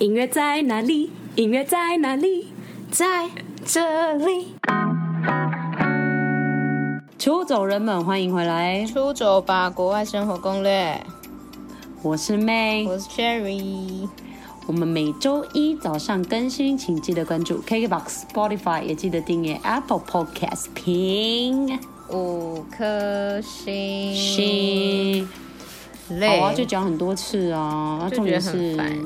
音乐在哪里？音乐在哪里？在这里。出走人们，欢迎回来！出走吧，国外生活攻略。我是妹，我是 Cherry，我们每周一早上更新，请记得关注 KKBOX、Spotify，也记得订阅 Apple Podcast 评五颗星。星。好累，啊，就讲很多次啊，啊就重点觉得很是烦，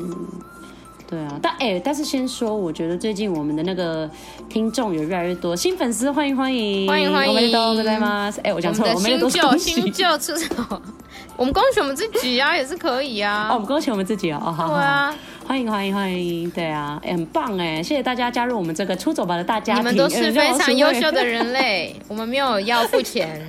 对啊，但哎、但是先说，我觉得最近我们的那个听众有越来越多新粉丝，欢迎欢迎欢迎欢迎我们都在吗？哎、我我讲们错了，的我们都新是旧恭喜新旧出走，我们恭喜我们自己啊，也是可以哦，我啊。们恭喜我们自己哦，哦好对好好，啊，欢迎欢迎欢迎，对啊，哎很棒哎，谢谢大家加入我们这个出走吧的大家你庭，呃 们都是非常优秀的哎，人 类，我们没有要付钱。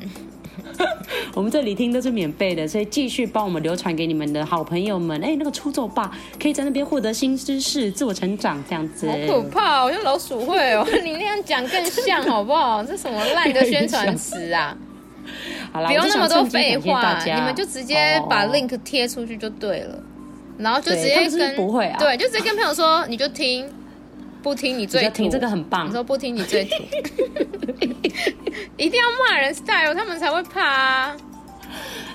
我们这里听都是免费的，所以继续帮我们流传给你们的好朋友们，哎，那个出走吧可以在那边获得新知识、自我成长这样子，好可怕、哦！我像老鼠会哦， 你那样讲更像好不好？这什么烂的宣传词啊！好啦，不用啊我就那想么多趁机废感谢话大，家你们就直接把哦 link 贴出去就对了，然后就直对他接们是不是跟不会啊对，就直接跟朋友说，你就听，不听你你最就土听这个很棒你，说不听你最土，一定要骂人 style，他们才会怕啊！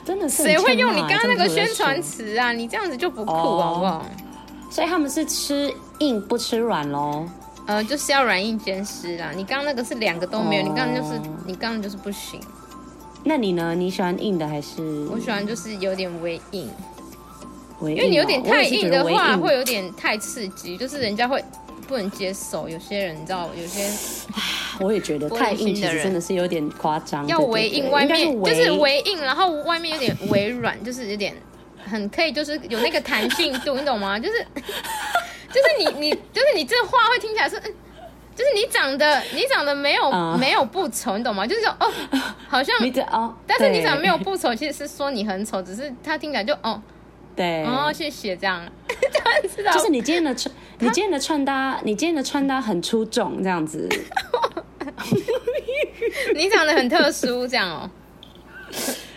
真的是很谁会欠用你骂刚刚那个真的宣是传词啊？你这样子就不酷，哦好不好？所以他们是吃硬不吃软喽。呃，就是要软硬兼施啦。你刚刚那个是两个都没有，哦你刚刚就是你刚刚就是不行。那你呢？你喜欢硬的还是我喜欢就是有点微硬。微硬啊？因为你有点太硬的我也是觉得话，微硬会有点太刺激，就是人家会不能接受。有些人你知道，有些我也觉得太硬，其实真的是有点夸张。要对对微对硬，外面应就该是是微硬，然后外面有点微软，就是有点很可以，就是有那个弹性度，你懂吗？ 就是就是你你就是你这话会听起来是。嗯就是你长得你长得没有、啊没有不丑，你懂吗？就是说哦，好像，你这哦，但是你对长得没有不丑，其实是说你很丑，只是他听起来就哦对哦谢谢这样， 这样知道就是你今天的穿，你今天的穿搭，你今天的穿搭很出众，这样 子。你长得很特殊，这样哦、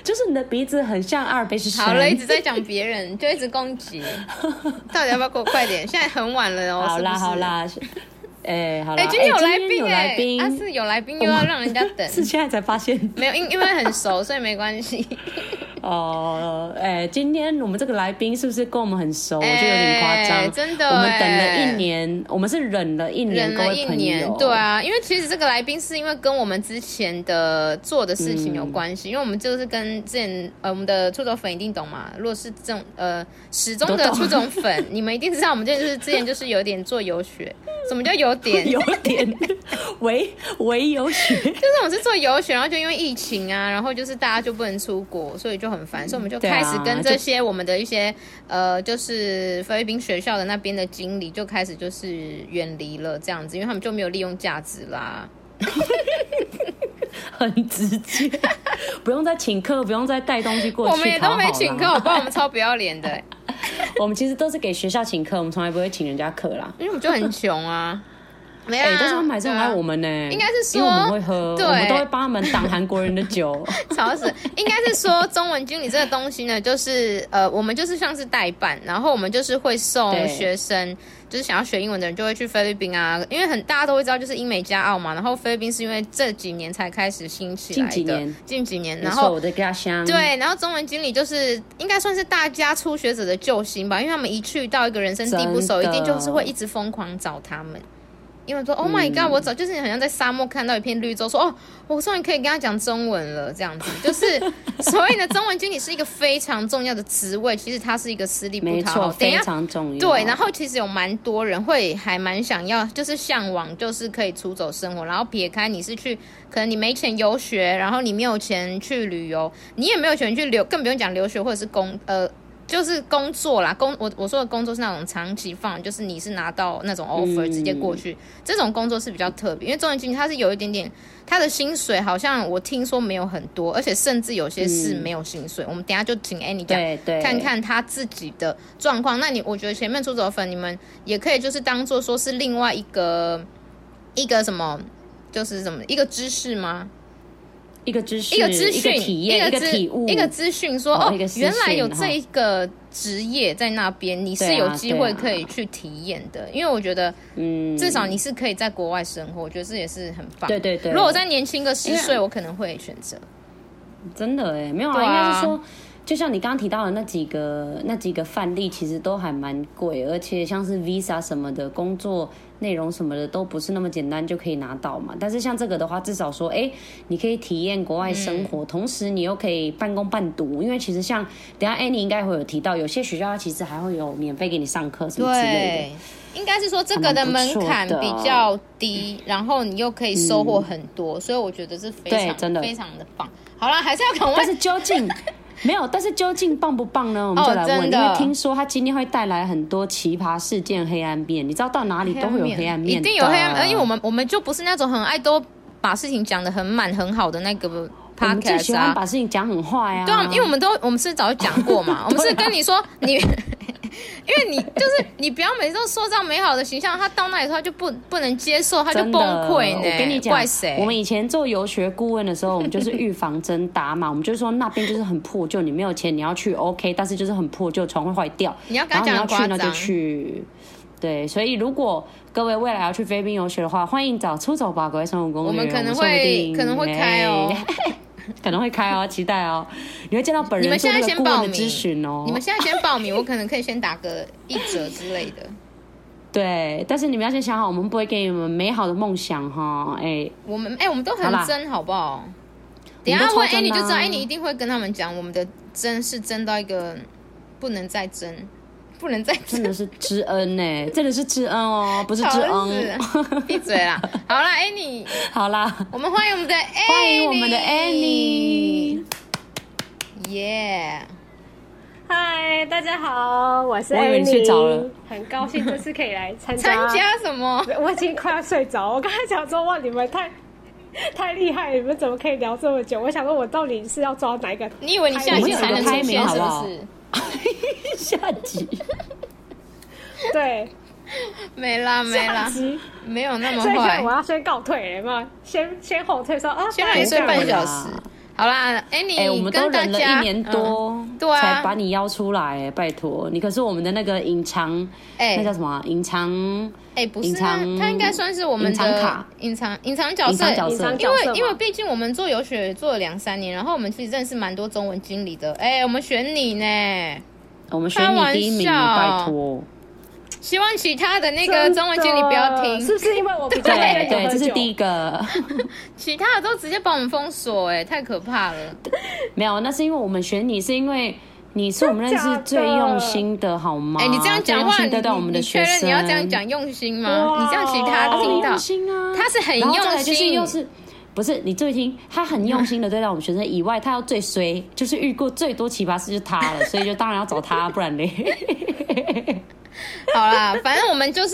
就是你的鼻子很像阿尔卑斯山。好了，一直在讲别人，就一直攻 击，到底要不要给我快点？现在很晚了哦、好啦是不是好。啦，是哎、好啦，哎、今天有来今天宾有哎、来宾，啊是有来宾又要让人家 等，是现在才发现 没有因因为很熟，所以没关系。哦，哎、今天我们这个来宾是不是跟我们很熟？我觉得有点夸张、哎真的我们等了哎一年，我们是忍了一年，忍各了位一朋年友，，对啊，因为其实这个来宾是因为跟我们之前的做的事情有关系，因为我们就是跟之前呃我们的出走粉一定懂嘛，如果是这种呃始终都的懂出走粉，你们一定知道我们这就是之前就是有点做游学，什么叫有点？有点 唯唯有学。就是我们是做游学，然后就因为疫情啊，然后就是大家就不能出国，所以就很烦，所以我们就对啊开始跟这些我们的一些呃，就是菲律宾学校的那边的经理就开始就是远离了这样子，因为他们就没有利用价值啦。很直 接，不用再请客，不用再带东西过去。我们也都没请客，讨好我啦不我们超不要脸的、我们其实都是给学校请客，我们从来不会请人家客啦。因为我们就很穷 啊，没有、哎、啊，但是他们还是很爱我们呢、应该是说因为我们会喝，对我们都会帮他们挡韩国人的 酒。吵死！应该是说中文经理这个东西呢，就是呃，我们就是像是代办，然后我们就是会对送学生，就是想要学英文的人就会去菲律宾啊，因为很大家都会知道，就是英美加澳嘛。然后菲律宾是因为这几年才开始兴起来近的，几年近几年没然错，后我的家乡。对，然后中文经理就是应该算是大家初学者的救星吧，因为他们一去到一个人生地不熟，一真的定就是会一直疯狂找他们。因为说嗯 Oh my God，、我早就是你好像在沙漠看到一片绿洲，说哦，我终于可以跟他讲中文了，这样子 就是，所以呢，中文经理是一个非常重要的职位，其实它是一个私立不没讨好，错，等一非下常重要。对，然后其实有蛮多人会还蛮想要，就是向往，就是可以出走生活，然后撇开你是去，可能你没钱游学，然后你没有钱去旅游，你也没有钱去留，更不用讲留学或者是工呃。就是工作啦，工我我说的工作是那种长期放，就是你是拿到那种 offer 嗯直接过去，这种工作是比较特别，因为中文经理他是有一点点，他的薪水好像我听说没有很多，而且甚至有些是没有薪水。我们等一下就请 Annie 讲对对，看看他自己的状况。那你我觉得前面出走粉你们也可以就是当做说是另外一个一个什么，就是什么一个知识吗？一个知识，一个资讯，一个体验，一个个体悟，资一个资讯，说哦哦一个，资原来讯有哈这一个职业在那边，你是对有啊机对会啊可以去体验的。因为我觉得，嗯，至少你是可以在国外生活，我觉得这也是很棒。对对对如果我再年轻个十因为岁，我可能会选择。真的哎，没有啊，对啊应该是说，就像你刚刚提到的那几个那几个范例，其实都还蛮贵，而且像是 Visa 什么的工作内容什么的，都不是那么简单就可以拿到嘛。但是像这个的话，至少说，哎，你可以体验国外生嗯活，同时你又可以半工半读，因为其实像等一下 Annie 应该会有提到，有些学校它其实还会有免费给你上课什么之类的。对，应该是说这个还的蛮不门错槛的比较低，然后你又可以收获很多，所以我觉得是非嗯对常真的非常的棒。好了，还是要赶 快但是究竟 没有，但是究竟棒不棒呢？我们哦就来问，真的因为听说他今天会带来很多奇葩事件、黑暗面。你知道到哪里都会有黑暗面，一定有黑暗面，而且我。们我们就不是那种很爱都把事情讲得很满很好的那个我们最 podcast 喜欢啊。把事情讲很坏啊！对啊，因为我们都我们是早就讲 过嘛，我们是跟你说你，因为你就是你不要每次都塑造美好的形象，他到那里的时候他就不不能接受，他就真崩的溃呢。我跟你讲，怪谁？我们以前做游学顾问的时候，我们就是预防针打嘛，我们就是说那边就是很破旧，你没有钱你要去 OK，但是就是很破旧，床会坏掉。你要跟然他后你讲要很去夸那就张，去。对，所以如果各位未来要去菲律宾游学的话，欢迎找出走吧，各位生活公我园。们可能说不会定可能会开哦。哎 可能会开哦，期待哦，你会见到本人。你们现在先报名咨询哦。你们现在先报名，我可能可以先打个一折之类的。对，但是你们要先想好，我们不会给你们美好的梦想哈。哎，我们哎、我们都好很啦真，好不好？我等一们都下问超真 Annie 就知道哎啊，Annie 一定会跟他们讲，我们的真是真到一个不能再真， 不能再 真真，的是知恩呢，真的是知恩哦，不是知吵恩。死！闭嘴啦！好啦，Annie， 好啦，我们欢迎我们的 Annie，欢迎我们的 Annie。 耶！嗨，大家好，我是我 Annie, 以为你睡着了，很高兴这次可以来参加。啊参加什么？我已经快要睡着，我刚才想说哇，你们太太厉害，你们怎么可以聊这么久？我想说，我到底是要抓哪一个？你以为你下一集才能出现我们有个开门好是不不好是？下集对，没啦没下啦，集。没有那么所以现在坏我。要先告退了嘛，先先后退说啊，先让你睡半不然这样小时。好啦，Annie，、哎，我们都跟大忍了家一年嗯多，对啊才把你邀出来，哎拜托你可是我们的那个隐藏，哎、那叫什么啊隐藏哎、不是隐他，藏他应该算是我们隐藏的卡隐藏隐藏角隐色藏，角隐色藏？因角色为嘛因为毕竟我们做游学做了两三年，然后我们其实认识蛮多中文经理的。哎、我们选你呢，我们选你第一名，开玩笑拜托。希望其他的那真个的中文经理不要听，是不是因为我比较对爱喝酒？对，这是第一 个。其他的都直接把我们封锁，哎，太可怕了。哦没有，那是因为我们选你，是因为你是我们认识最用心的，好吗？哎、你这样讲话，最用心你对啊待我们你的你确学认生，你要这样讲用心吗？哇你这样其他他是听很到用，心啊，他是很然后再用来就是心又是。不是你注意听，他很用心的对待我们学生以外，他要最衰，就是遇过最多奇葩事就是他了，所以就当然要找他，不然嘞，好啦，反正我们就是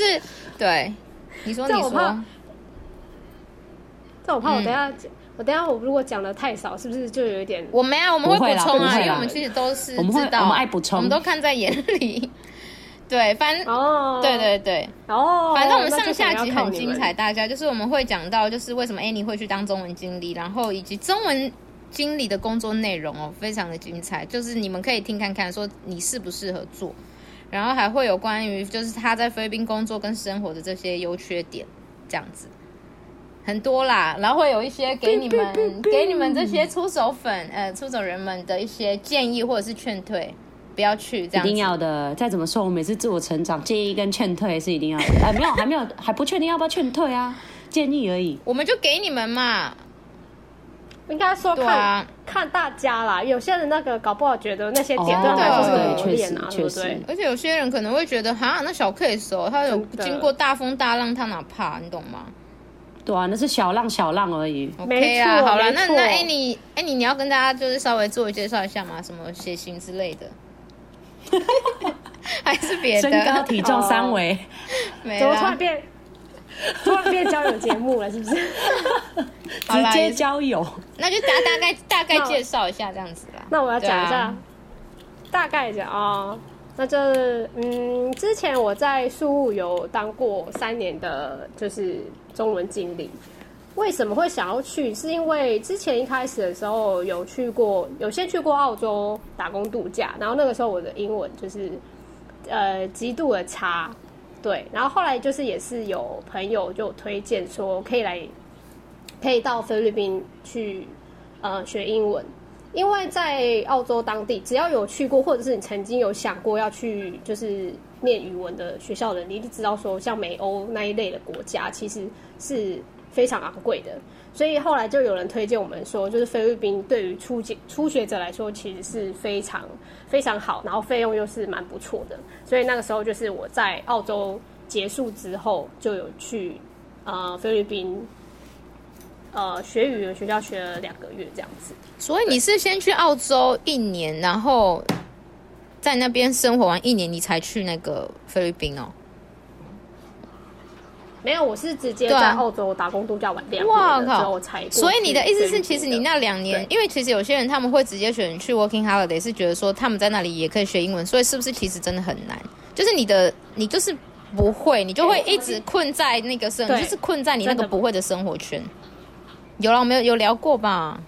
对。你说，这你我说怕，这我怕我等一嗯下、我等一下我如果讲的太少，是不是就有一点？我们啊，我们会不会补啦充不啊，会啦因为我们其实都是我们会知道，我们爱补充我们都看在眼里。 对，反正、哦，对对对，哦，反正我们那就上下可能集要看很你精们彩，大家就是我们会讲到，就是为什么 Annie 会去当中文经理，然后以及中文经理的工作内容哦，非常的精彩，就是你们可以听看看，说你适不适合做，然后还会有关于就是他在菲律宾工作跟生活的这些优缺点，这样子。很多啦，然后会有一些给你们给你们这些出手粉呃出手人们的一些建议或者是劝退，不要去这一样子。定要的。再怎么说，我每次自我成长建议跟劝退是一定要的。 哎，没有，还没有，还不确定要不要劝退啊，建议而已。我们就给你们嘛，应该说对看、啊，看大家啦，有些人那个搞不好觉得那些点哦对他来说是对磨练啊，确对实确不对实？而且有些人可能会觉得，哈，那小 case 哦，他有真的经过大风大浪，他哪怕你懂吗对啊，那是小浪小浪而已。 ？OK 没错啦，好啦，那没错那 Annie Annie，你要跟大家就是稍微自我介绍一下吗？什么血型之类 的，还是别的？身高体重三围，没怎么突哎啦然，变突然变交友节目了？是不是？好直啦接交友。那就大大概大概介绍一下这样子啦。那我要讲一对下，啊大概讲哦。那就是嗯，之前我在树屋有当过三年的，就是中文经理。为什么会想要去？是因为之前一开始的时候有去过，有先去过澳洲打工度假，然后那个时候我的英文就是呃极度的差，对，然后后来就是也是有朋友就推荐说可以来，可以到菲律宾去呃学英文，因为在澳洲当地，只要有去过，或者是你曾经有想过要去就是念语文的学校的人，你一定知道说，像美欧那一类的国家，其实是非常昂贵的。所以后来就有人推荐我们说，就是菲律宾对于初级初学者来说，其实是非常非常好，然后费用又是蛮不错的。所以那个时候就是我在澳洲结束之后，就有去呃菲律宾呃学语言学校学了两个月这样子。所以你是先去澳洲一年，然后在那边生活完一年，你才去那个菲律宾哦。没有，我是直接对啊在澳洲打工度假玩两哇年了之靠后才过去所以你的意思菲律是，宾其实你那两年对，因为其实有些人他们会直接选去 working holiday，是觉得说他们在那里也可以学英文，所以是不是其实真的很难？就是你的，你就是不会，你就会一直困在那个生，对你就是困在你那真个的不会的生活圈。有了，我们有有聊过吧？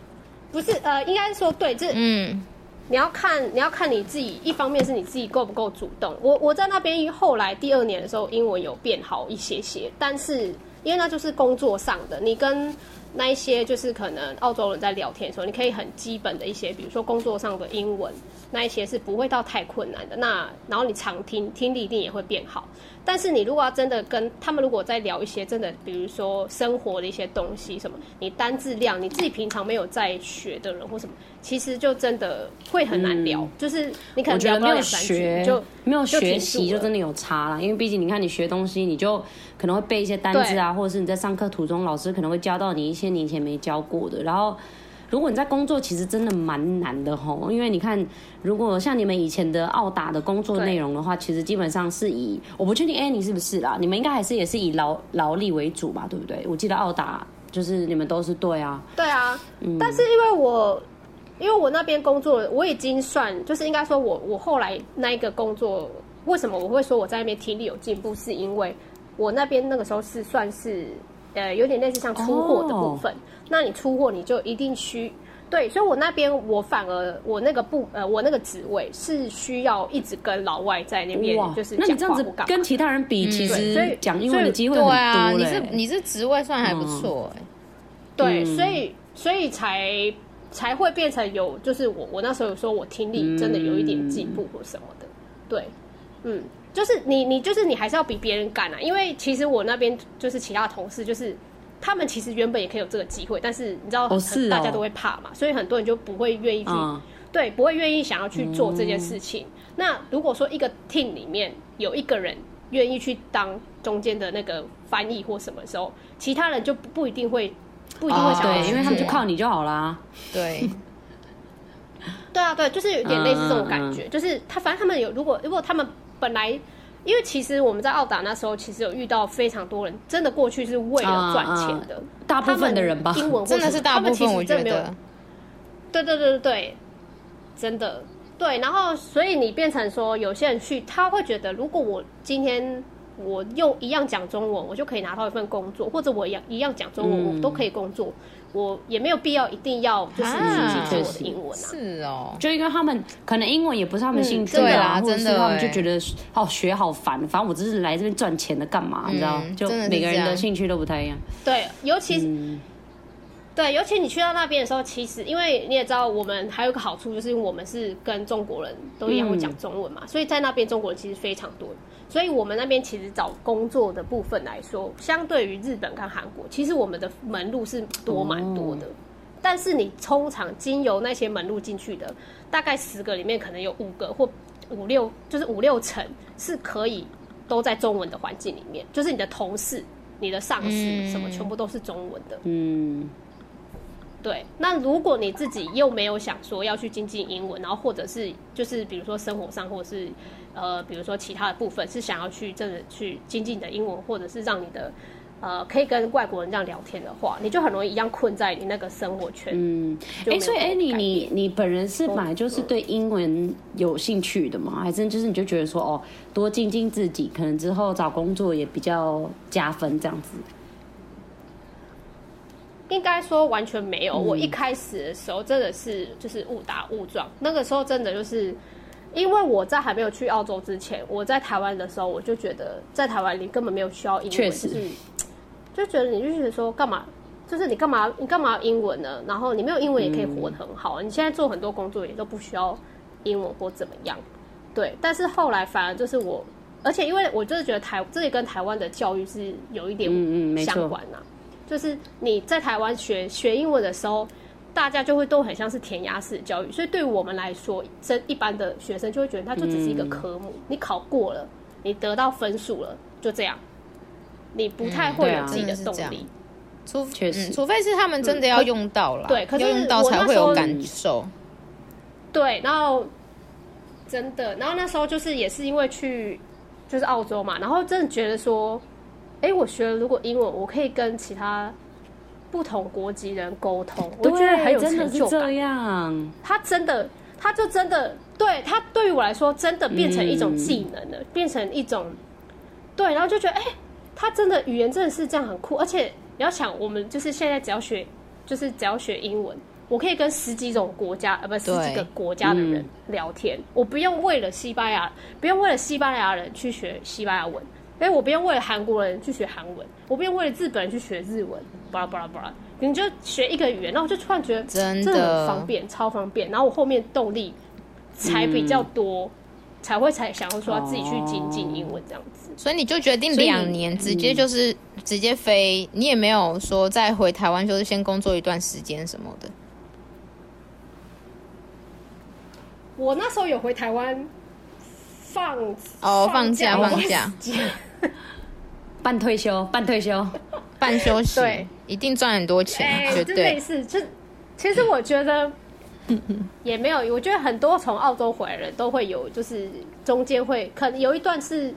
不是呃，应该是说对，这嗯，你要看你要看你自己，一方面是你自己够不够主动。我我在那边后来第二年的时候，英文有变好一些些，但是因为那就是工作上的，你跟那一些就是可能澳洲人在聊天的时候，你可以很基本的一些，比如说工作上的英文，那一些是不会到太困难的。那然后你常听，听力一定也会变好。但是你如果要真的跟他们，如果在聊一些真的，比如说生活的一些东西什么，你单字量你自己平常没有在学的人或什么，其实就真的会很难聊。就是你嗯我可能觉聊得不没到有两三句学你就，没有就学停习住就了真的有差啦，因为毕竟你看你学东西，你就可能会背一些单字啊，或者是你在上课途中，老师可能会教到你一些你以前没教过的。然后，如果你在工作，其实真的蛮难的吼，因为你看，如果像你们以前的澳打的工作对内容的话，其实基本上是以我不确定 Annie 是不是啦，你们应该还是也是以劳劳力为主吧，对不对？我记得澳打就是你们都是对啊，对啊，但是因为我因为我那边工作，我已经算就是应该说我我后来那一个工作，为什么我会说我在那边听力有进步，是因为我那边那个时候是算是呃有点类似像出货的部分，那你出货你就一定需。对，所以我那边我反而我那个部呃我那个职位是需要一直跟老外在那边哇就是，那你讲这样话子或干嘛跟其他人比，其对所以实讲英文所的以机会对很多啊，你嘞是你是职位算还不错哎、对，嗯所以所以才才会变成有，就是我我那时候有说我听力真的有一点进步或什么的，对，嗯，就是你你就是你还是要比别人赶啊，因为其实我那边就是其他同事就是。他们其实原本也可以有这个机会，但是你知道，哦是哦大家都会怕嘛，所以很多人就不会愿意去嗯对，不会愿意想要去做这件事情。那如果说一个 team 里面有一个人愿意去当中间的那个翻译或什么时候，其他人就不不一定会不一定会哦想要去做、对，因为他们就对靠你就好啦。欸对，对啊，对，就是有点类似这种感觉，就是他反正他们有，如果如果他们本来，因为其实我们在澳打那时候，其实有遇到非常多人，真的过去是为了赚钱的，大啊部分的人吧他们英文或真的什是么大他部们其分实我真觉的没有得，对对对对对，真的对。然后，所以你变成说，有些人去，他会觉得，如果我今天我用一样讲中文，我就可以拿到一份工作，或者我一样一样讲中文，嗯我都可以工作，我也没有必要一定要就是啊自己做我的英文啊。是哦，就因为他们可能英文也不是他们兴趣嗯对啊或者是真的他们就欸觉得哦学好烦，反正我只是来这边赚钱的，干嘛？你知道，就真的是每个这人嗯样的兴趣都不太一样。对，尤其是、对，尤其你去到那边的时候，其实因为你也知道，我们还有一个好处就是我们是跟中国人都一样会讲中文嘛，所以在那边中国人其实非常多，所以我们那边其实找工作的部分来说，相对于日本跟韩国，其实我们的门路是多蛮多的。但是你通常经由那些门路进去的，大概十个里面可能有五个或五六，就是五六成是可以都在中文的环境里面，就是你的同事、你的上司嗯什么，全部都是中文的。嗯，对，那如果你自己又没有想说要去精进英文，然后或者是就是比如说生活上，或者是呃，比如说其他的部分是想要去呃真的去精进你的英文，或者是让你的呃可以跟外国人这样聊天的话，你就很容易一样困在你那个生活圈。嗯，哎、所以 Annie，你你本人是本来嗯就是对英文有兴趣的吗？还是就是你就觉得说哦，多精进自己，可能之后找工作也比较加分这样子？应该说完全没有。嗯我一开始的时候真的是就是误打误撞，那个时候真的就是。因为我在还没有去澳洲之前，我在台湾的时候，我就觉得在台湾你根本没有需要英文，确实就是就觉得你就觉得说干嘛，就是你干嘛你干嘛要英文呢？然后你没有英文也可以活得很好，你现在做很多工作也都不需要英文或怎么样。对，但是后来反而就是我，而且因为我就是觉得台这里跟台湾的教育是有一点嗯嗯没错相关呐、就是你在台湾学学英文的时候，大家就会都很像是填鸭式的教育，所以对我们来说，真一般的学生就会觉得它就只是一嗯个科目，你考过了，你得到分数了，就这样，你不太嗯会对有啊自己的真的动是这样力。除确实嗯，除非是他们真的要用到啦，嗯对可是要用到我那才会时有候感受。对，然后真的，然后那时候就是也是因为去就是澳洲嘛，然后真的觉得说，哎，我学了如果英文，我可以跟其他不同国籍人沟通，我觉得很有真成的是就这感。样，他真的，他就真的，对他对于我来说，真的变成一种技能了，变成一种对，然后就觉得，哎，他真的语言真的是这样很酷，而且你要想，我们就是现在只要学，就是只要学英文，我可以跟十几种国家，呃，不，十几对个国家的人嗯聊天，我不用为了西班牙，不用为了西班牙人去学西班牙文。哎，我不用为了韩国人去学韩文，我不用为了日本人去学日文，巴拉巴拉巴拉，你就学一个语言，然后我就突然觉得真的很方便，超方便。然后我后面动力才比较多，才会才想要说要自己去精进英文这样子。所以你就决定所以你两嗯年直接就是、直接飞，你也没有说再回台湾，就是先工作一段时间什么的。我那时候有回台湾放哦假，放假我放假半退休，半退休，半休息，对一定赚很多钱，啊哎、绝就类对。似，就其实我 觉得也没有，我觉得很多从澳洲回来的人都会有，就是中间会可能有一段是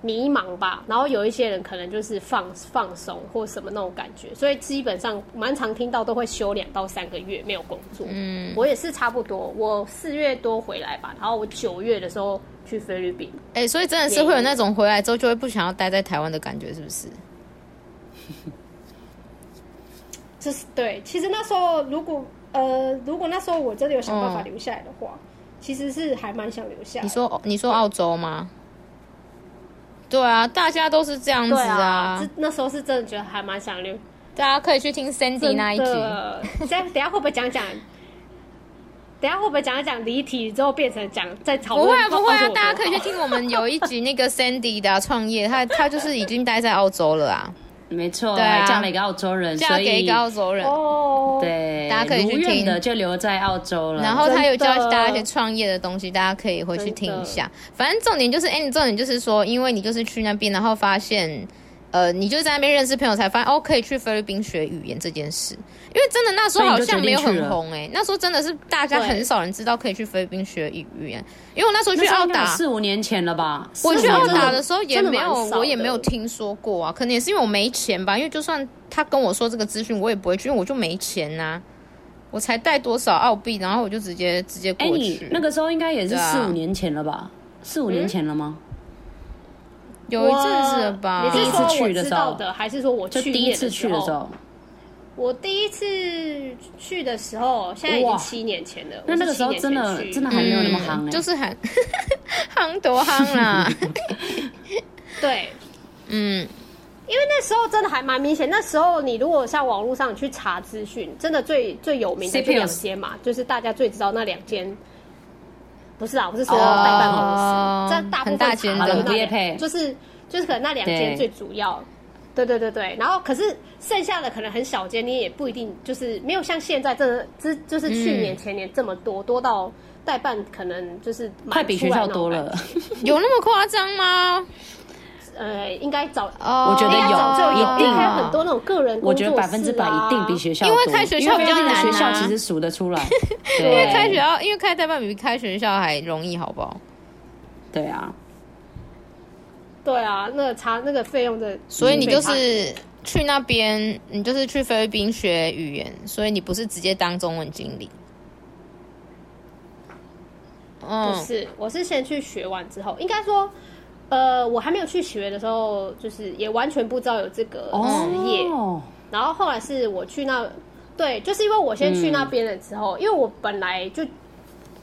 迷茫吧，然后有一些人可能就是放放松或什么那种感觉，所以基本上蛮常听到都会休两到三个月没有工作。嗯，我也是差不多，我四月多回来吧，然后我九月的时候去菲律宾，哎、所以真的是会有那种回来之后就会不想要待在台湾的感觉，是不是？就是对，其实那时候如果呃，如果那时候我真的有想办法嗯留下来的话，其实是还蛮想留下来的。你说你说澳洲吗？对啊，大家都是这样子对啊，这那时候是真的觉得还蛮想留。大家可以去听 Sandy 真那一集。的，哦这样等一下会不会讲一讲？等一下会不会讲一讲离题之后变成讲在讨不论？会啊，不会啊告诉我，大家可以去多好。听我们有一集那个 Sandy 的啊创业，他他就是已经待在澳洲了啊，没错，对啊嫁了一个澳洲人，嫁所以给一个澳洲人，哦，，对，大家可以去如愿听的就留在澳洲了。然后他有教真的大家一些创业的东西，大家可以回去听一下。反正重点就是，哎、你重点就是说，因为你就是去那边，然后发现，呃，你就在那边认识朋友，才发现哦，可以去菲律宾学语言这件事。因为真的那时候好像没有所以你就决定去很了红、哎，那时候真的是大家对很少人知道可以去菲律宾学语言。因为我那时候去那时候澳应该有达，四五年前了吧？我去四五澳年了打的时候也没真的有蛮，少的我也没有听说过啊，可能也是因为我没钱吧。因为就算他跟我说这个资讯，我也不会去，因为我就没钱呐、我才带多少澳币，然后我就直接直接哎，过去。你那个时候应该也是对啊嗯四五年前了吧？四五年前了吗？有一阵子了吧？你是第一说次我去的知时候道的，还是说我就去第一次去的的时？候，我第一次去的时候，现在已哇经七年前了。那那个时候我是七年前真的去真的还没有那么夯哎嗯就是很 夯多夯啦。 对，嗯，因为那时候真的还蛮明显。那时候你如果像网络上去查资讯，真的最最有名的 CPS 就两间嘛，就是大家最知道那两间。不是啊，我是说代哦办公司，在、大部很分大查间的的那不业两配就是就是可能那两对间最主要。对对对对，然后可是剩下的可能很小间，你也不一定就是没有像现在这之就是去嗯年前年这么多，多到代办可能就是买快比出学来校那种多感了觉。。有那么夸张吗？呃，应该早哦 我觉得应该有早就有，一定因为还有啊很多那种个人 工我觉作得百分之室百啊一定比学校因多，为开学校比因较为难学校啊其实数得出 来，因因为开学校，因为开代办比开学校还容易，好不好？对啊，对啊，那个差那个费用的，所以你就是去那边，你就是去菲律宾学语言，所以你不是直接当中文经理。不嗯，是？我是先去学完之后，应该说，嗯呃，我还没有去学的时候，就是也完全不知道有这个职业。哦，然后后来是我去那，对，就是因为我先去嗯那边了之后，因为我本来就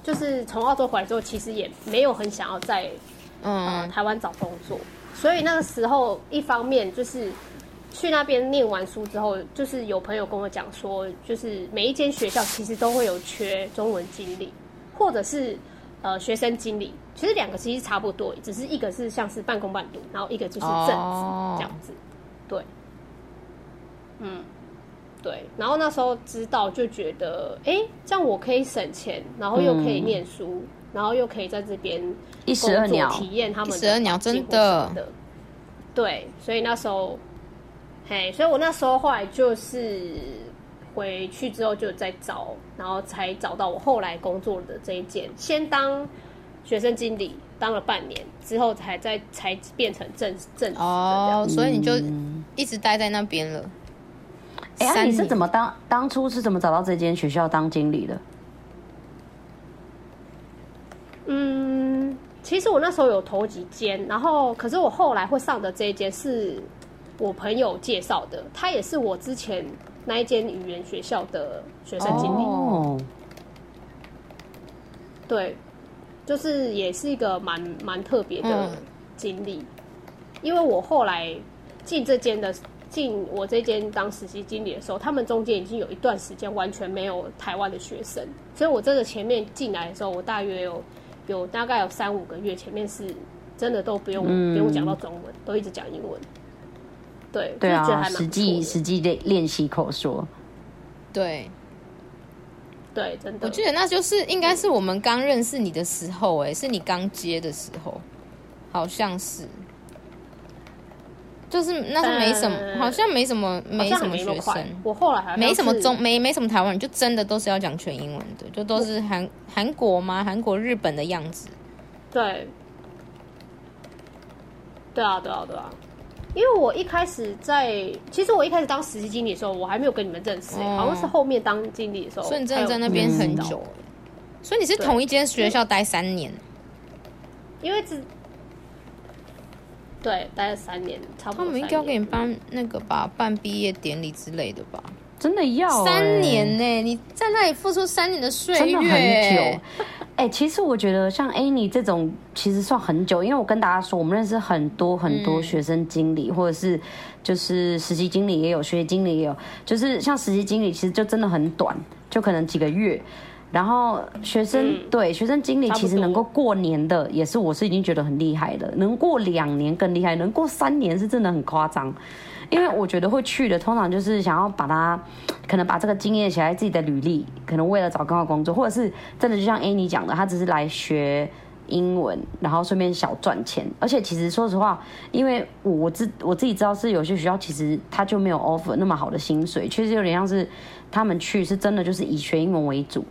就是从澳洲回来之后，其实也没有很想要在呃嗯，台湾找工作，所以那个时候一方面就是去那边念完书之后，就是有朋友跟我讲说，就是每一间学校其实都会有缺中文经理，或者是呃学生经理，其实两个其实差不多，只是一个是像是半工半读，然后一个就是正职、哦这样子，对，嗯。对，然后那时候知道就觉得，哎，这样我可以省钱，然后又可以嗯念书，然后又可以在这边一石二鸟工作体验他们的一石二鸟环境真的或什么的。对，所以那时候，嘿，所以我那时候后来就是回去之后就在找，然后才找到我后来工作的这一件，先当学生经理当了半年，之后才在才变成正正职的啊这样哦，所以你就一直待在那边了。哎、啊三你是年怎么当当初是怎么找到这间学校当经理的？嗯，其实我那时候有投几间，然后可是我后来会上的这一间是我朋友介绍的，他也是我之前那一间语言学校的学生经理，哦，对，就是也是一个蛮蛮特别的嗯经历，因为我后来进这间的。进我这间当实习经理的时候，他们中间已经有一段时间完全没有台湾的学生，所以我真的前面进来的时候，我大约有有大概有三五个月，前面是真的都不用、嗯不用讲到中文，都一直讲英文。对，对就觉得啊，还蛮实不际错的实际练练习口说，对，对，真的。我记得那就是应该是我们刚认识你的时候、哎，是你刚接的时候，好像是，就是那时候没什么，呃好像没什么，好没像什还么没那学快生，我后来好像没什么是中没没什么台湾人，就真的都是要讲全英文的，就都是韩韩国吗？韩国、日本的样子。对，对啊，对啊，对啊。因为我一开始在，其实我一开始当实习经理的时候，我还没有跟你们认识、哦好像是后面当经理的哦时候才有，所以你真的在那边很久、欸嗯所以你是对同一间学校待三年，嗯因为只对待了三年，差不他多三们年。应该要给你办那个吧，办毕业典礼之类的吧。真的要、欸、三年呢、你在那里付出三年的岁真月、的很久。哎、其实我觉得像 Annie 这种，其实算很久，因为我跟大家说，我们认识很多很嗯多学生经理，或者是就是实习经理也有，学习经理也有，就是像实习经理，其实就真的很短，就可能几个月。然后学生、嗯对学生经理差不其实能够多过年的，也是我是已经觉得很厉害的，能过两年更厉害，能过三年是真的很夸张。因为我觉得会去的，通常就是想要把它，可能把这个经验写在自己的履历，可能为了找更好的工作，或者是真的就像 Annie 讲的，他只是来学英文，然后顺便小赚钱。而且其实说实话，因为我我自我自己知道是有些学校其实他就没有 offer 那么好的薪水，确实有点像是他们去是真的就是以学英文为主。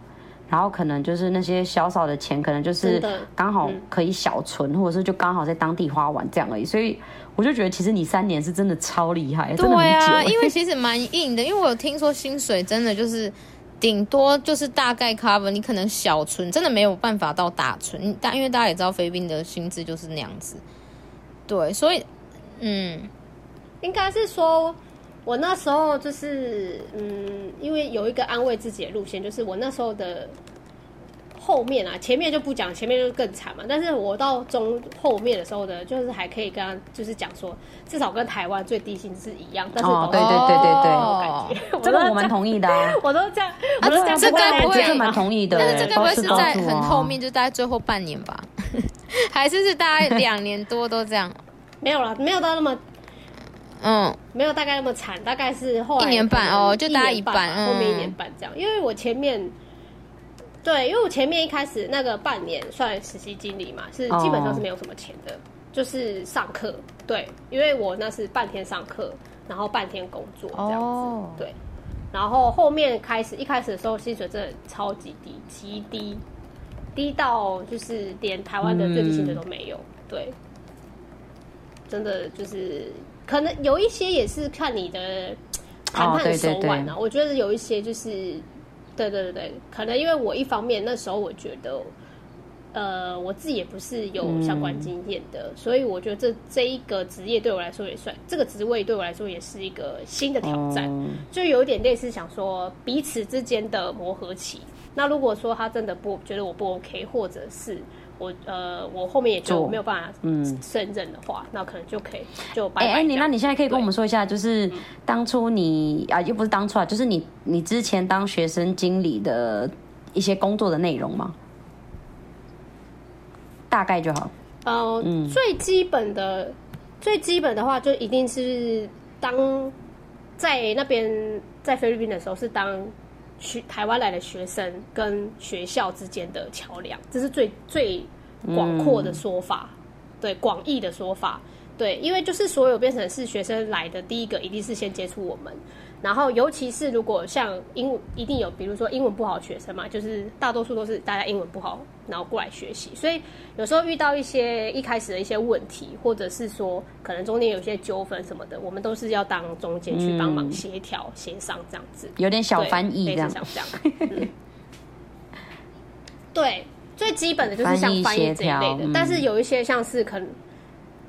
然后可能就是那些小少的钱，可能就是真的刚好可以小存，或者是就刚好在当地花完这样而已。所以我就觉得，其实你三年是真的超厉害，真的对很久啊，欸。因为其实蛮硬的，因为我有听说薪水真的就是顶多就是大概 cover，你可能小存真的没有办法到大存，你大因为大家也知道菲律宾的薪资就是那样子，对，所以嗯，应该是说，我那时候就是嗯，因为有一个安慰自己的路线，就是我那时候的后面啊，前面就不讲，前面就更惨嘛。但是我到中后面的时候呢，就是还可以跟他就是讲说，至少跟台湾最低薪是一样，但是哦都对对对对对哦 我这个都这我样蛮同意的、啊。我都这样，我都这样这不个会来不我会觉讲得嘛蛮同意的、欸。但是这个会是包吃在包住啊很后面，就大概最后半年吧， 还是是大概两年多都这样，没有了，没有到那么嗯，没有大概那么惨，大概是后来一年半可能哦就大概一一年半半吧，后面一嗯年半这样。因为我前面，对，因为我前面一开始那个半年算实习经理嘛，是哦基本上是没有什么钱的，就是上课。对，因为我那是半天上课，然后半天工作这样子。哦对，然后后面开始一开始的时候薪水真的超级低，极低，低到就是连台湾的最低薪水都没有。对，真的就是可能有一些也是看你的谈判对的对手腕啊。哦对我觉得有一些就是，对对对对，可能因为我一方面那时候我觉得，呃，我自己也不是有相关经验嗯的，所以我觉得这这一个职业对我来说也算，这个职位对我来说也是一个新的挑战，哦就有一点类似想说彼此之间的磨合期。那如果说他真的不觉得我不 OK，或者是我呃我后面也觉得做我没有办法嗯胜任的话，那可能就可以就拜哎拜哎，这你样。那你现在可以跟我们说一下，就是当初你啊，又不是当初啊，就是你你之前当学生经理的一些工作的内容吗？大概就好。呃，嗯最基本的最基本的话，就一定是当在那边在菲律宾的时候，是当学台湾来的学生跟学校之间的桥梁，这是最最广阔嗯的说法，对广义的说法。对，因为就是所有变成是学生来的第一个，一定是先接触我们，然后尤其是如果像英文，一定有比如说英文不好的学生嘛，就是大多数都是大家英文不好，然后过来学习，所以有时候遇到一些一开始的一些问题，或者是说可能中间有一些纠纷什么的，我们都是要当中间去帮忙协调、协商这样子。嗯有点小翻译对这样类似，像这样。嗯对，最基本的就是翻像译翻协译这一类调的，嗯但是有一些像是可能，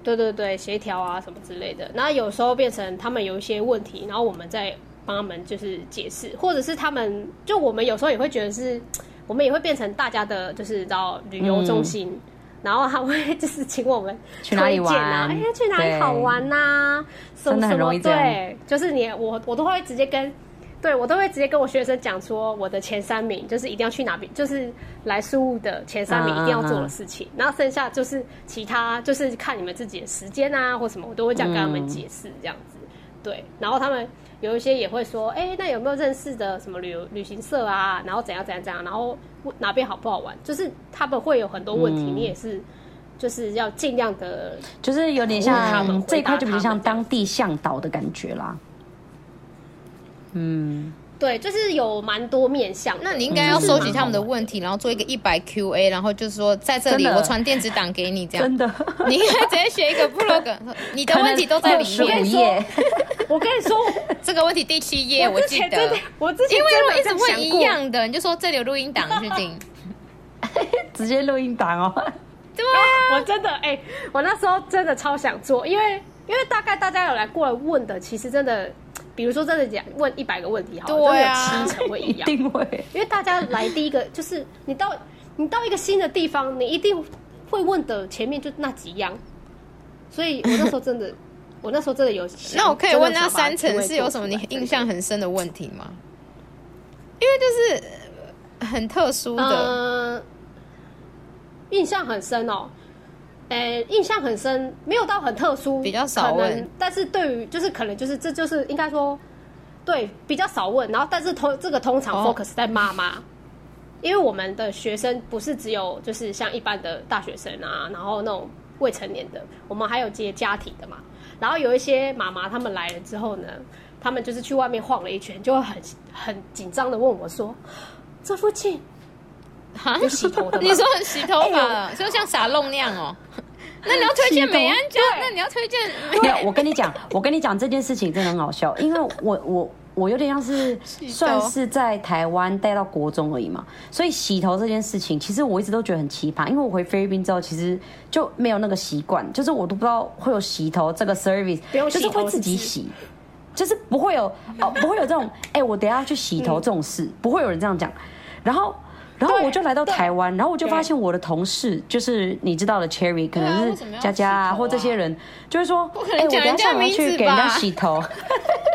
对对对，协调啊什么之类的。那有时候变成他们有一些问题，然后我们再帮他们就是解释，或者是他们就我们有时候也会觉得是，我们也会变成大家的就是到旅游中心。然后他会就是请我们嗯去哪里推荐啊玩哎呀，去哪里对好玩呐、什真么的什很容么易这样对，就是你我我都会直接跟对我都会直接跟我学生讲说，我的前三名就是一定要去哪边，就是来苏务的前三名嗯一定要做的事情，然后剩下就是其他就是看你们自己的时间啊或什么，我都会这样跟他嗯们解释这样子。对，然后他们有一些也会说，哎，那有没有认识的什么旅游旅行社啊？然后怎样怎样怎样，然后问哪边好不好玩？就是他们会有很多问题，嗯你也是就是要尽量的就是有点问他们像回答这一块就比较他像们这样当地向导的感觉啦。嗯，对，就是有蛮多面向的。那你应该要收集他们的问题，然后做一个一百 QA，然后就是说在这里真的我传电子档给你这样。真的， 你应该直接写一个 blog，你的问题都在里十五面。页， 我跟 你说，这个问题第七页我之记前真得的，，我之前因为如果一真直问的有想一过样的，你就说这里有录音档去听。直接录音档哦。对啊， 我真的哎、我那时候真的超想做，因为因为大概大家有来过来问的，其实真的，比如说真的讲问一百个问题好了，对啊真的有七成会一一 样，定会。因为大家来第一个就是你到你到一个新的地方，你一定会问的前面就那几样，所以我那时候真的， 我那时候真的有想，那我可以真的问有想那三把层它是有什么你印象很深的问题吗？因为就是呃很特殊的，呃，印象很深哦。呃、印象很深，没有到很特殊，比较少问可能但是对于就是可能就是这就是应该说，对比较少问。然后但是通这个通常哦 focus 在妈妈，因为我们的学生不是只有就是像一般的大学生啊，然后那种未成年的，我们还有接家庭的嘛。然后有一些妈妈他们来了之后呢，他们就是去外面晃了一圈，就会很很紧张的问我说：“这附近哈有洗头的吗你说很洗头发啊哎，就像傻弄那样哦。那你要推荐美安家，那你要推荐没有，我跟你讲，我跟你讲这件事情真的很好笑，因为我我我有点像是头算是在台湾待到国中而已嘛，所以洗头这件事情，其实我一直都觉得很奇葩，因为我回菲律宾之后，其实就没有那个习惯，就是我都不知道会有洗头这个 service，不用就洗是头会自己洗。就是不会有哦，不会有这种哎、我等一下要去洗头这种事，不会有人这样讲。然后，然后对我就来到对台湾，然后我就对发现我的同事，就是你知道的 Cherry，可对啊能为什是么要佳佳洗啊，头或这啊些人就会说，不可哎、能我讲等一人家下想要名去字给人家吧洗头，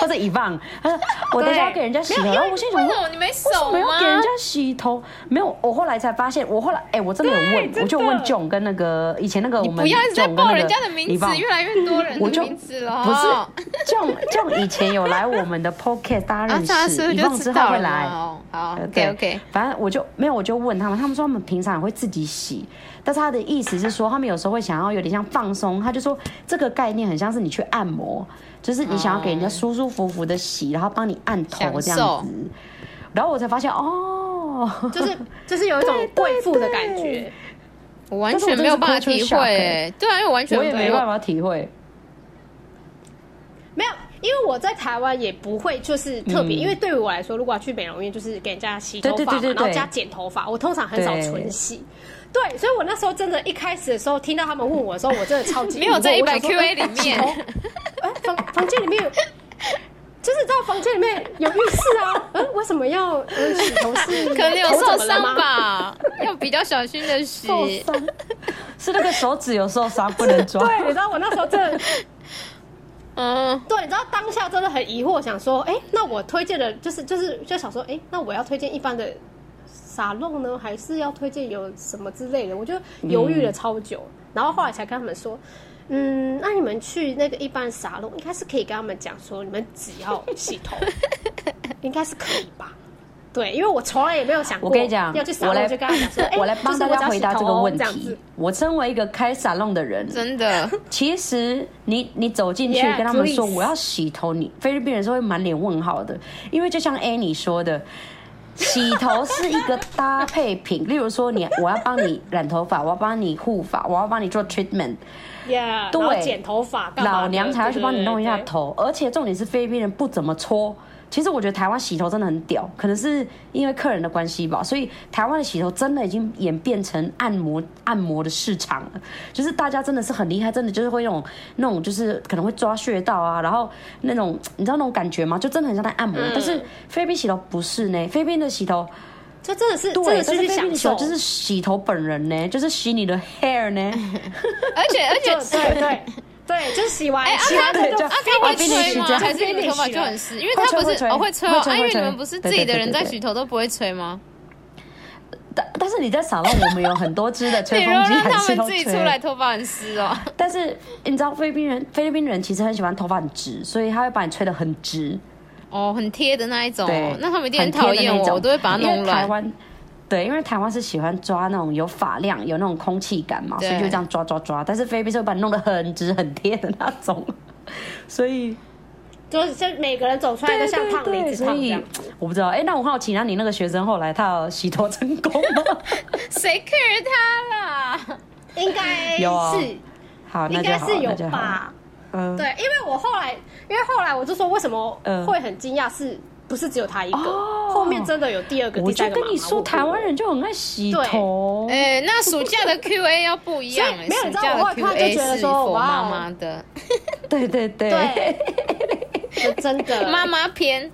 或者以棒，他 说我等一下要给人家洗头，然后我心想为说什。么你没为什手啊么要给人吗家？洗头？没有，我后来才发现，我后来哎、我真的有问，真我就问的 John 跟那个以前那个我你们不要一直在 John 跟报那人个家的名李字哦棒，越来越多人我的就名字了。不是 John John 以前有来我们的 Podcast，大家啊，认大家是不识，是以就棒知之后道会了来。嘛哦，好呃，OK 对 OK。反正我就没有，我就问他们，他们说他们平常也会自己洗，但是他的意思是说，他们有时候会想要有点像放松，他就说这个概念很像是你去按摩，就是你想要给人家舒舒服服的洗，然后帮你按头这享样受子，然后我才发现哦，就是就是有一种贵妇的感觉，我完全没有办法但是我真的体啊是 culture shock 会、 欸对啊，因为我完全我也没办法。法体会，没有，因为我在台湾也不会就是特嗯别，因为对于我来说，如果要去美容院，就是给人家洗头对对发嘛，对对然后对加剪头发，我通常很少对纯洗。对，所以我那时候真的，一开始的时候听到他们问我的时候，我真的超 级没有在疑一惑百我想说 QA 里面，哎，房房间里面有，就是到房间里面有浴室啊， 嗯，为什么要嗯洗头是？ 可 能有头怎受么了伤吗？吧，要比较小心的洗。受 伤，是那个手指有受伤，不能抓。对，你知道我那时候真的，嗯，对，你知道当下真的很疑惑，想说，哎、那我推荐的，就是就是就想说，哎、那我要推荐一般的沙龙呢，还是要推荐有什么之类的？我就犹豫了超久，然后后来才跟他们说。嗯，那你们去那个一般沙龙，应该是可以跟他们讲说，你们只要洗 头，应该是可以吧？对，因为我从来也没有想过，我跟你讲要去，沙我龙来就跟他讲 说，哎、我来就帮是大我只家要回洗答头这个哦问这样子题。我身为一个开沙龙的人，真 的，其实你你走进去 Yeah, 跟他们说 please. 我要洗头，你菲律宾人是会满脸问号的，因为就像 Annie 说的。洗头是一个搭配品， 例如说你，我要帮你染头发，我要帮你护发，我要帮你做 treatment， Yeah，对然后剪头发，干嘛的老娘才要去帮你弄一下。对对对对头，而且重点是菲律宾人不怎么搓。其实我觉得台湾洗头真的很屌，可能是因为客人的关系吧，所以台湾的洗头真的已经演变成按摩按摩的市场了。就是大家真的是很厉害，真的就是会那种那种就是可能会抓穴道啊，然后那种你知道那种感觉吗？就真的很像在按摩。嗯但是菲律宾洗头不是呢，菲律宾的洗头这真的是真对，的但去菲律宾享的洗头受，就是洗头本人呢，就是洗你的 hair 呢。而且而且就对对 对，就是洗完哎，阿洗完开这对就就啊阿开会 finish 吹这吗？样还是你们头发 finish 就很湿？因为会他吹不会是吹哦会吹会哦，吹啊因为会你吹们不是自己的人在洗头都不会吹吗？但但是你在沙龙，我们有很多支的吹 比如风机，让还他是们都自吹己出来，头发很 湿哦。但是你知道菲律宾人，菲律宾人其实很喜欢头发很直，所以他会把你吹得很直。哦，很贴的那一种对哦，，那他们一定很讨厌贴的那我，种我都会把它弄因为台乱。湾对，因为台湾是喜欢抓那种有发量、有那种空气感嘛，所对以就这样抓抓抓。但是菲律宾是会把你弄得很直、很贴的那种， 所以 就是像每个人走出来都像胖对妹子所胖这以样。我不知道。哎，那我好奇，那你那个学生后来他有洗头成功 吗？谁 care 他啦？应该有啊是好，那应就该好，是那有就好。吧？嗯，对，因为我后来，因为后来我就说为什么嗯会很惊讶，是不是只有他一个？哦后面真的有第二个、我第就三个跟妈妈你说，我台湾人就很爱洗对头。哎，那暑假的 Q&A 要不一哦所样以哎，没有暑你知道假我的后来看就 Q&A 觉得是说否哇哦妈妈的对对对，对，就真的哎妈妈篇，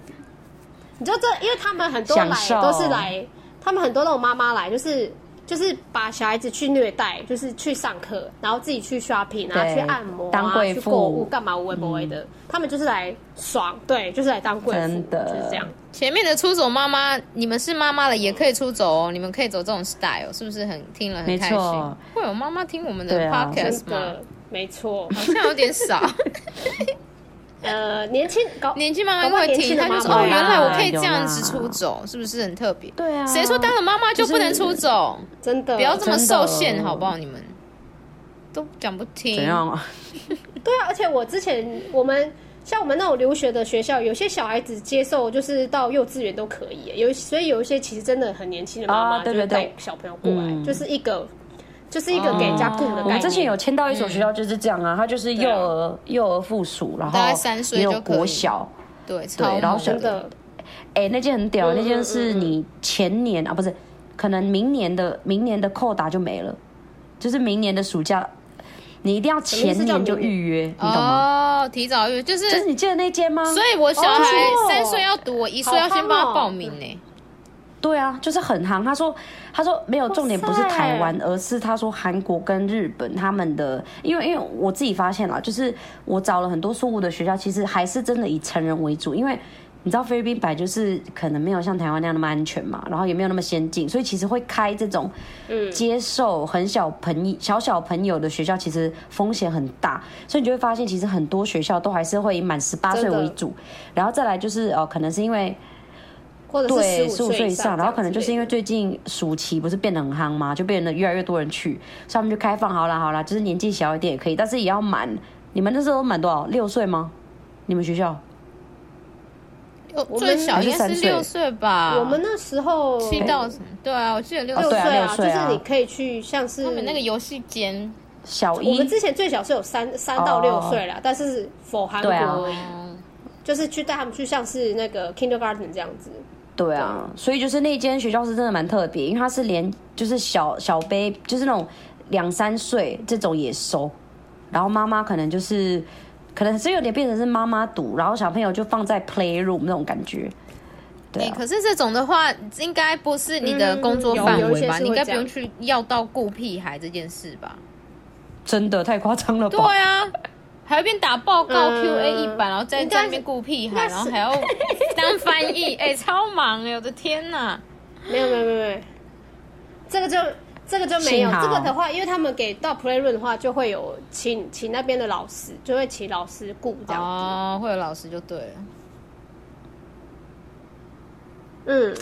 你知道这，因为他们很多享来受都是来，他们很多那种妈妈来，就是就是把小孩子去虐待，就是去上课，然后自己去 shopping 啊，对去按摩啊，当贵妇嗯去购物干嘛无为不为的，他们就是来爽，对，就是来当贵妇，真的就是这样。前面的出走妈妈，你们是妈妈了也可以出走哦，你们可以走这种 style，是不是很听了很没开心错？会有妈妈听我们的对啊真 podcast 吗？的没错，好像有点 少，呃，年轻搞年纪慢慢会听，搞他不好就年轻说的哦，妈妈原来我可以有这啦样子出走，是不是很特别？对啊谁说当了妈妈就不能出走？真的不要这么真的受限，好不好？你们都讲不听怎，样啊？对啊，而且我之前我们像我们那种留学的学校，有些小孩子接受就是到幼稚园都可以耶，有所以有一些其实真的很年轻的妈啊妈就对是对对带小朋友过来，嗯啊就是一个就是一个给人家雇的我概们之前念。有签到一所学校就是这样啊，它就是幼儿幼儿附属，然后大概三岁也有就可以国小。对，超对然后猛选真的，哎，那件很屌，嗯那件是你前年啊，不是，可能明年的明年的扣打就没了，就是明年的暑假，你一定要前年就预约，你懂吗？哦，提早约就是，就是你记得那件吗？所以我小哦孩是哦三岁要读，我一岁要先帮他报名呢。对啊，就是很行。他说，他说没有重点不是台湾，而是他说韩国跟日本他们的，因为因为我自己发现了，就是我找了很多苏务的学校，其实还是真的以成人为主，因为。你知道菲律宾本来就是可能没有像台湾那样那么安全嘛，然后也没有那么先进，所以其实会开这种嗯接受很小朋友、小小朋友的学校，其实风险很大，所以你就会发现，其实很多学校都还是会以满十八岁真的为主，然后再来就是哦、呃可能是因为或者对，是十十五五岁岁以上，然后可能就是因为为最近暑期不是变得很夯嘛，就变得越来越多人去，所以他们就开放好啦好啦，就是年纪小一点也可以，但是也要满。你们那时候满多少？六岁吗？你们学校？哦我们最小应该还是三是岁六岁吧，我们那时候七到什么？对啊，我记得六啊哎哦六岁对啊啊，六岁啊就是你可以去像是他们那个游戏间，小我一们？之前最小是有三三到六岁啦，但是否韩国哦对啊而已。嗯就是去带他们去像是那个 kindergarten 这样子。对啊，所以就是那间学校是真的蛮特别，因为它是连就是小小 baby，就是那种两三岁这种也收，然后妈妈可能就是可能是有点变成是妈妈读，然后小朋友就放在 playroom 那种感觉。对哎、啊，可是这种的话，应该不是你的工作嗯有范有一围些吧？是你应会该这不用样去要到顾屁孩这件事吧？真的太夸张了吧？对啊，还要边打报告嗯 Q&A 一版，然后再应该在是那边顾屁孩，该是然后 还要当翻译，哎、超忙哎、我的天哪！没有没有没有没有，这个就这个就没有幸好这个的话，因为他们给到 playroom 的话，就会有请请那边的老师，就会请老师顾这样子。哦，会有老师就对了。嗯，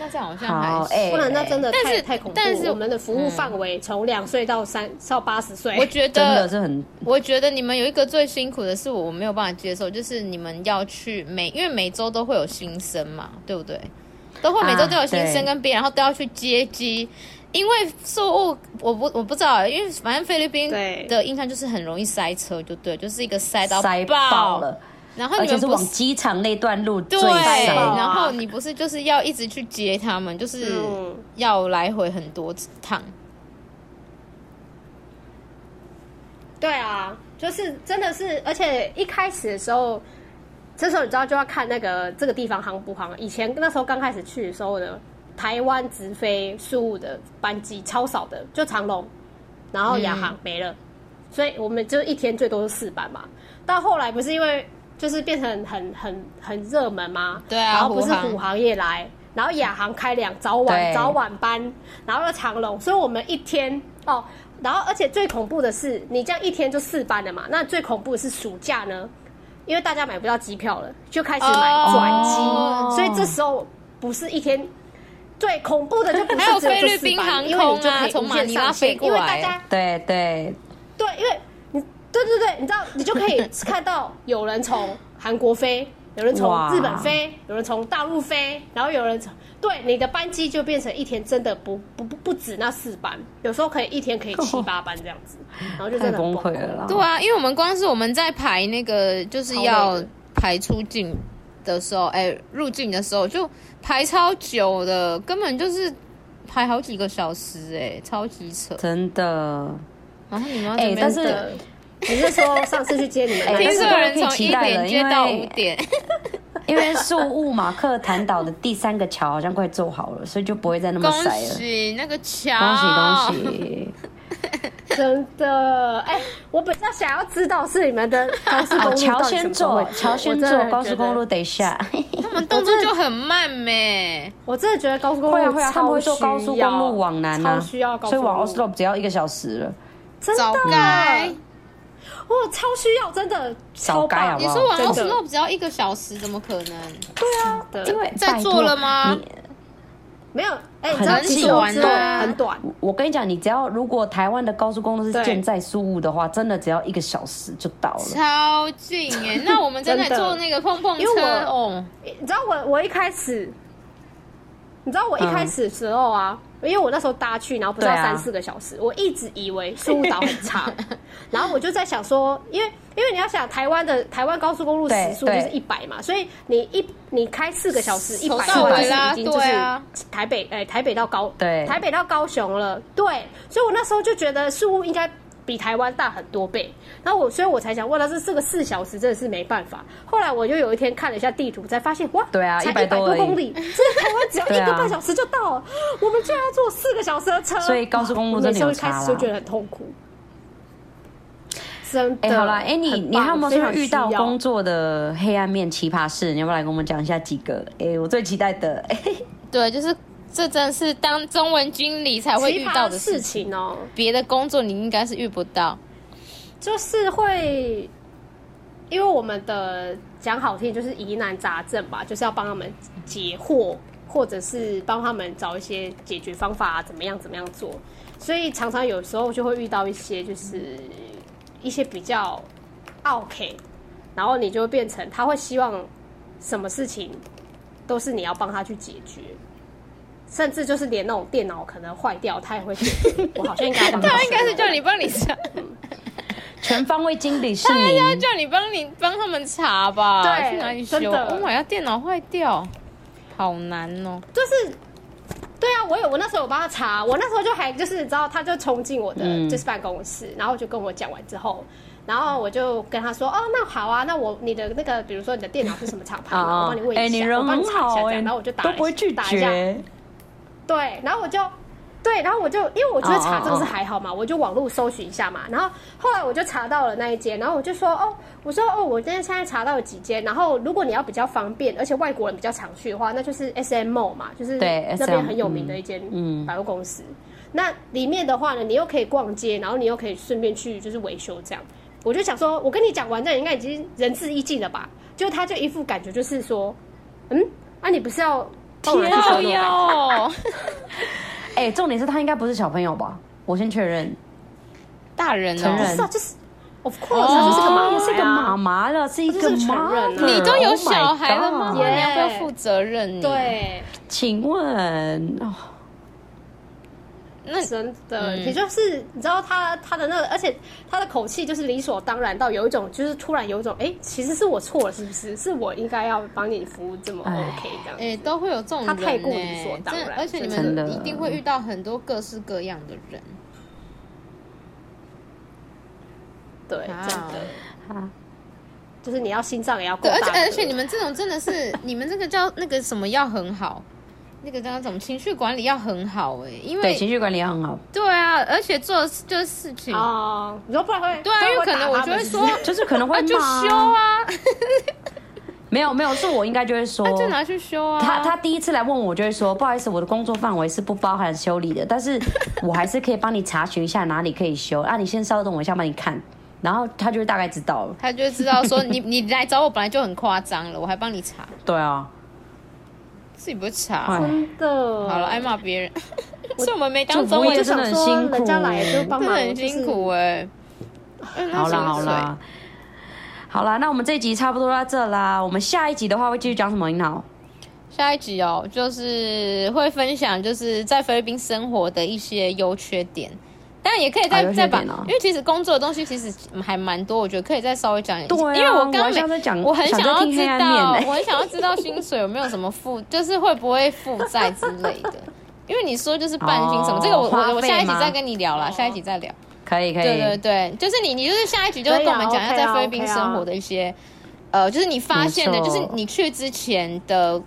那这样好像好，还哎、行不然那真的太但是太恐怖了。但是嗯我们的服务范围从两岁到三到八十岁，我觉真的得，是很我觉得你们有一个最辛苦的是我，我没有办法接受，就是你们要去每，因为每周都会有新生嘛，对不对？都会每周都有新啊对生跟别人，然后都要去接机。因为宿务我不我不知道，因为反正菲律宾对的印象就是很容易塞车，就对，就是一个塞到塞爆了，然后而你且们是不往机场那段路最对，塞塞爆啊然后你不是就是要一直去接他们，就是嗯要来回很多趟。对啊，就是真的是，而且一开始的时候，这时候你知道就要看那个这个地方夯不夯。以前那时候刚开始去的时候呢，台湾直飞宿务的班机超少的，就长龙，然后亚航没嗯了，所以我们就一天最多是四班嘛。到后来不是因为就是变成很很很热门吗？对啊然后不是虎航虎航也来，然后亚航开两早晚对早晚班，然后又长龙，所以我们一天哦，然后而且最恐怖的是，你这样一天就四班了嘛，那最恐怖的是暑假呢，因为大家买不到机票了，就开始买转机，哦所以这时候不是一天。最恐怖的就不是还有只有菲律这四宾班航因为你空就啊可以从无马限尼拉上飞限过因为大来家对对，对，因为你对对对，你知道，你就可 以看到有人从韩国飞，有人从哇日本飞，有人从大陆飞，然后有人从对你的班机就变成一天真的不不不不止那四班，有时候可以一天可以七八班这样子，然后就哦太真的很崩溃溃了啦。对啊，因为我们光是我们在排那个就是超累要的排出境的时候，哎、入境的时候就排超久的，根本就是排好几个小时、哎，超级扯。真的，然后你们要哎这边但是等对，你是说上次去接你们 哎那但听是说大家有个？人可以从期一待点了接因到为五 点，因为宿雾马克坦岛的第三个桥好像快做好了，所以就不会再那么恭塞了。喜那个桥，恭喜恭！喜！真的，哎、我比较想要知道是你们的高速公哦，路桥到底先怎么做回，事桥先我真的做，觉高速得公路等一下。他们动作就很慢呗、我真的觉得高速公路会啊会啊，他们会超做高速需要公路往南超啊，需要高所速以公往路， Oslo 只要一个小时了。真早的该。哇，超需要，真的早超该好棒不你好说往真 o 的 s l 只要一个小时，怎么可能？的，对，在拜做托了吗你啊没有，哎、你很知道短其实我知道啊很短，我跟你讲，你只要如果台湾的高速公路是对啊建在苏雾的话，真的只要一个小时就到了。超近哎、那我们在那里真的坐那个碰碰因为车我哦，你知道我我一开始，你知道我一开始的时候啊，因为我那时候搭去，然后不是要嗯对啊三四个小时，我一直以为苏武岛很 长，然后我就在想说，因为因为你要想台湾的台湾高速公路对时速就是对一百嘛，所以你一你开四个小时一头百，到尾啦已经就是对啊台北哎、台北到高对台北到高雄了，对，所以我那时候就觉得苏务应该。比台湾大很多倍，然后我，所以我才想，哇，那这这个四小时真的是没办法。后来我就有一天看了一下地图，才发现，哇，对啊才100百多而已公里，这台湾只要 对一啊个半小时就到了，我们居然要坐四个小时的车，所以高速公路我真的每次有一开差啦始就觉得很痛苦，真哎、的。好啦，哎、你啊很你棒还有没有非就是常遇到需要工作的黑暗面、奇葩事？你要不要来跟我们讲一下几个？哎、我最期待的，哎、对，就是这真的是当中文经理才会遇奇到葩的事事情，情哦、别的工作你应该是遇不到。就是会，因为我们的讲好听就是疑难杂症吧，就是要帮他们解惑，或者是帮他们找一些解决方法、怎么样怎么样做。所以常常有时候就会遇到一些就是一些比较 OK，然后你就会变成他会希望什么事情都是你要帮他去解决。 甚至就是连那种电 脑可能坏掉，他也会觉得我好像应该帮他 他应该是叫你帮你上，全方位经理是哎应该您。叫你帮你帮他们查吧，对去哪里修真的？Oh my god，电脑坏掉，好难哦。就是。对啊，我有我那时候有帮他查，我那时候就还就是你知道，他就冲进我的嗯就是办公室，然后就跟我讲完之后，然后我就跟他说，哦，那好啊，那我你的那个比如说你的电脑是什么 厂牌嘛，我帮你问哎，一你下，人我帮很你查一下好这哎，样，然后我就打都不会拒打一下，绝。对，然后我就对，然后我就因为我觉得查哦哦这个是还好嘛，我就网络搜寻一下嘛，然后后来我就查到了那一间，然后我就说哦，我说哦，我今天现在查到了几间，然后如果你要比较方便，而且外国人比较常去的话，那就是 S M Mall 嘛，就是对那边 SM 很有名的一间嗯嗯百货公司。那里面的话呢，你又可以逛街，然后你又可以顺便去就是维修这样。我就想说，我跟你讲完，那你应该已经仁至义尽了吧？就他就一副感觉就是说，嗯，啊，你不是要帮我拿去修靠的吗哟，啊哎，重点是他应该不是小朋友吧？我先确认，大人成哦人。是啊，就是 of course，、哦啊他就是个妈也妈，是个妈。妈了，是一她个就是个妈成人 妈。了你都有小孩了 Oh 吗？ my 你 god 耶要不要负责任？，对，请问，哦那真的，嗯也就是你知道他他的那个，而且他的口气就是理所当然到有一种，就是突然有一种，哎、其实是我错了，是不是？是我应该要帮你服务这么哎 OK 这样子。哎、都会有这种人、他欸，太过理所当然真的而且你真们的一定会遇到很多各式各样的人。对，啊真的，啊就是你要心脏也要够对，大而颗。且而且你们这种真的是，你们这个叫那个什么要很好，那个叫什么情绪管理要很好哎、因对，为情绪管理也很好，对啊，而且做就是事情，啊哦，你说不然会对啊，不因然为会可打能我他就们会是不说是就是可能会啊就骂修啊，没有没有，是我应该就会说， 就拿去修啊。哦他他第一次来问我，我就会说不好意思，我的工作范围是不包含修理的，但 是我还是可以帮你查询一下哪里可以修啊。你先稍等我一下，帮你看，然后他就会大概知道了。他就知道说你你来找我本来就很夸张了，我还帮你查，对啊，自己不会查。哎 真的好了，爱骂别人， 所以我们没当主中播文也就是真的很我就想辛说苦，人家来就帮真的忙很辛苦哎、欸。好啦了好了，啦，好啦，那我们这一集差不多到这啦。我们下一集的话会继续讲什么？樱桃？下一集哦，就是会分享就是在菲律宾生活的一些优缺点，但也可以啊再、优缺再把，点哦因为其实工作的东西其实还蛮多，我觉得可以再稍微讲一下。对啊因为我我还刚想没再讲我很想再要听知黑暗道，面呢 我很想要知道薪水有没有什么负，就是会不会负债之类的。因为你说就是半薪什么，哦这个我花费我我下一集吗再跟你聊啦，下一集再聊。可以可以，对对对，就是你，你就是下一局就会跟我们讲一下可以啊在菲律宾 OK 啊生活的一些，呃，就是你发现的，啊没就错是你去之前的，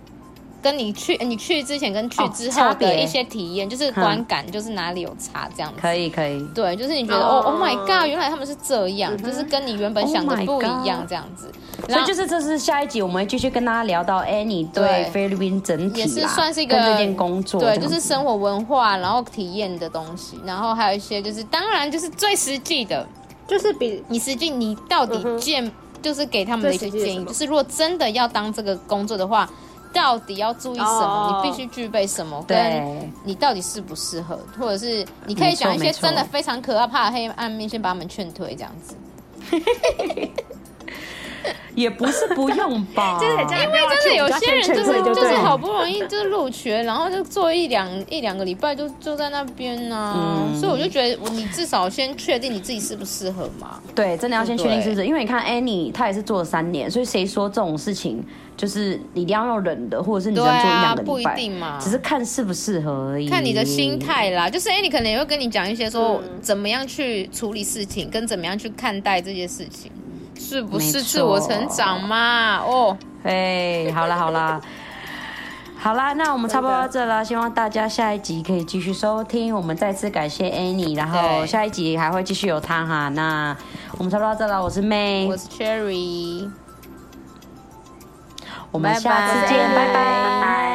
跟你去你去之前跟去哦之差后别的一些体验，就是观感，就是哪里有差这样子。哦可以可以。对，就是你觉得哦哦，Oh my God，原来他们是这样，嗯就是跟你原本想的 Oh my 不一样 Oh God 这样子。所然以后就是这是下一集，我们会继续跟大家聊到 Annie 对对菲律宾整体也啦，是算是一个跟这件工作这对，样子，就是生活文化，然后体验的东西，然后还有一些就是，当然就是最实际的，就是比你实际你到底建、就是给他们的一些嗯最实际的建什议，么就是如果真的要当这个工作的话，到底要注意什么哦你必须具备什么，对跟你到底适不适合，或者是你可没以错讲一些没错真的非常可怕的黑暗面，先把他们劝退这样子。也不是不用 吧，就是人家因为真的有些人就是就就是对好不容易就是入学，然后就做一两一两个礼拜就就在那边呢、啊嗯所以我就觉得你至少先确定你自己适不适合嘛。对，真的要先确定对是不是？因为你看 Annie，她也是做了三年，所以谁说这种事情就是你一定要用忍的，或者是你只能做对一啊两个礼拜，不一定嘛只是看适不适合而已。看你的心。态嗯啦，就是哎、诶你可能也会跟你讲一些说怎么样去处理事情，跟怎么样去看待这些事情，是不没错是自我成长嘛？哦，哎，好啦好啦。好啦，那我们差不多到这了，希望大家下一集可以继续收听。我们再次感谢 Annie，然后对下一集还会继续有她哈。那我们差不多到这了，我是 May，我是 Cherry。我们下次见，拜拜拜拜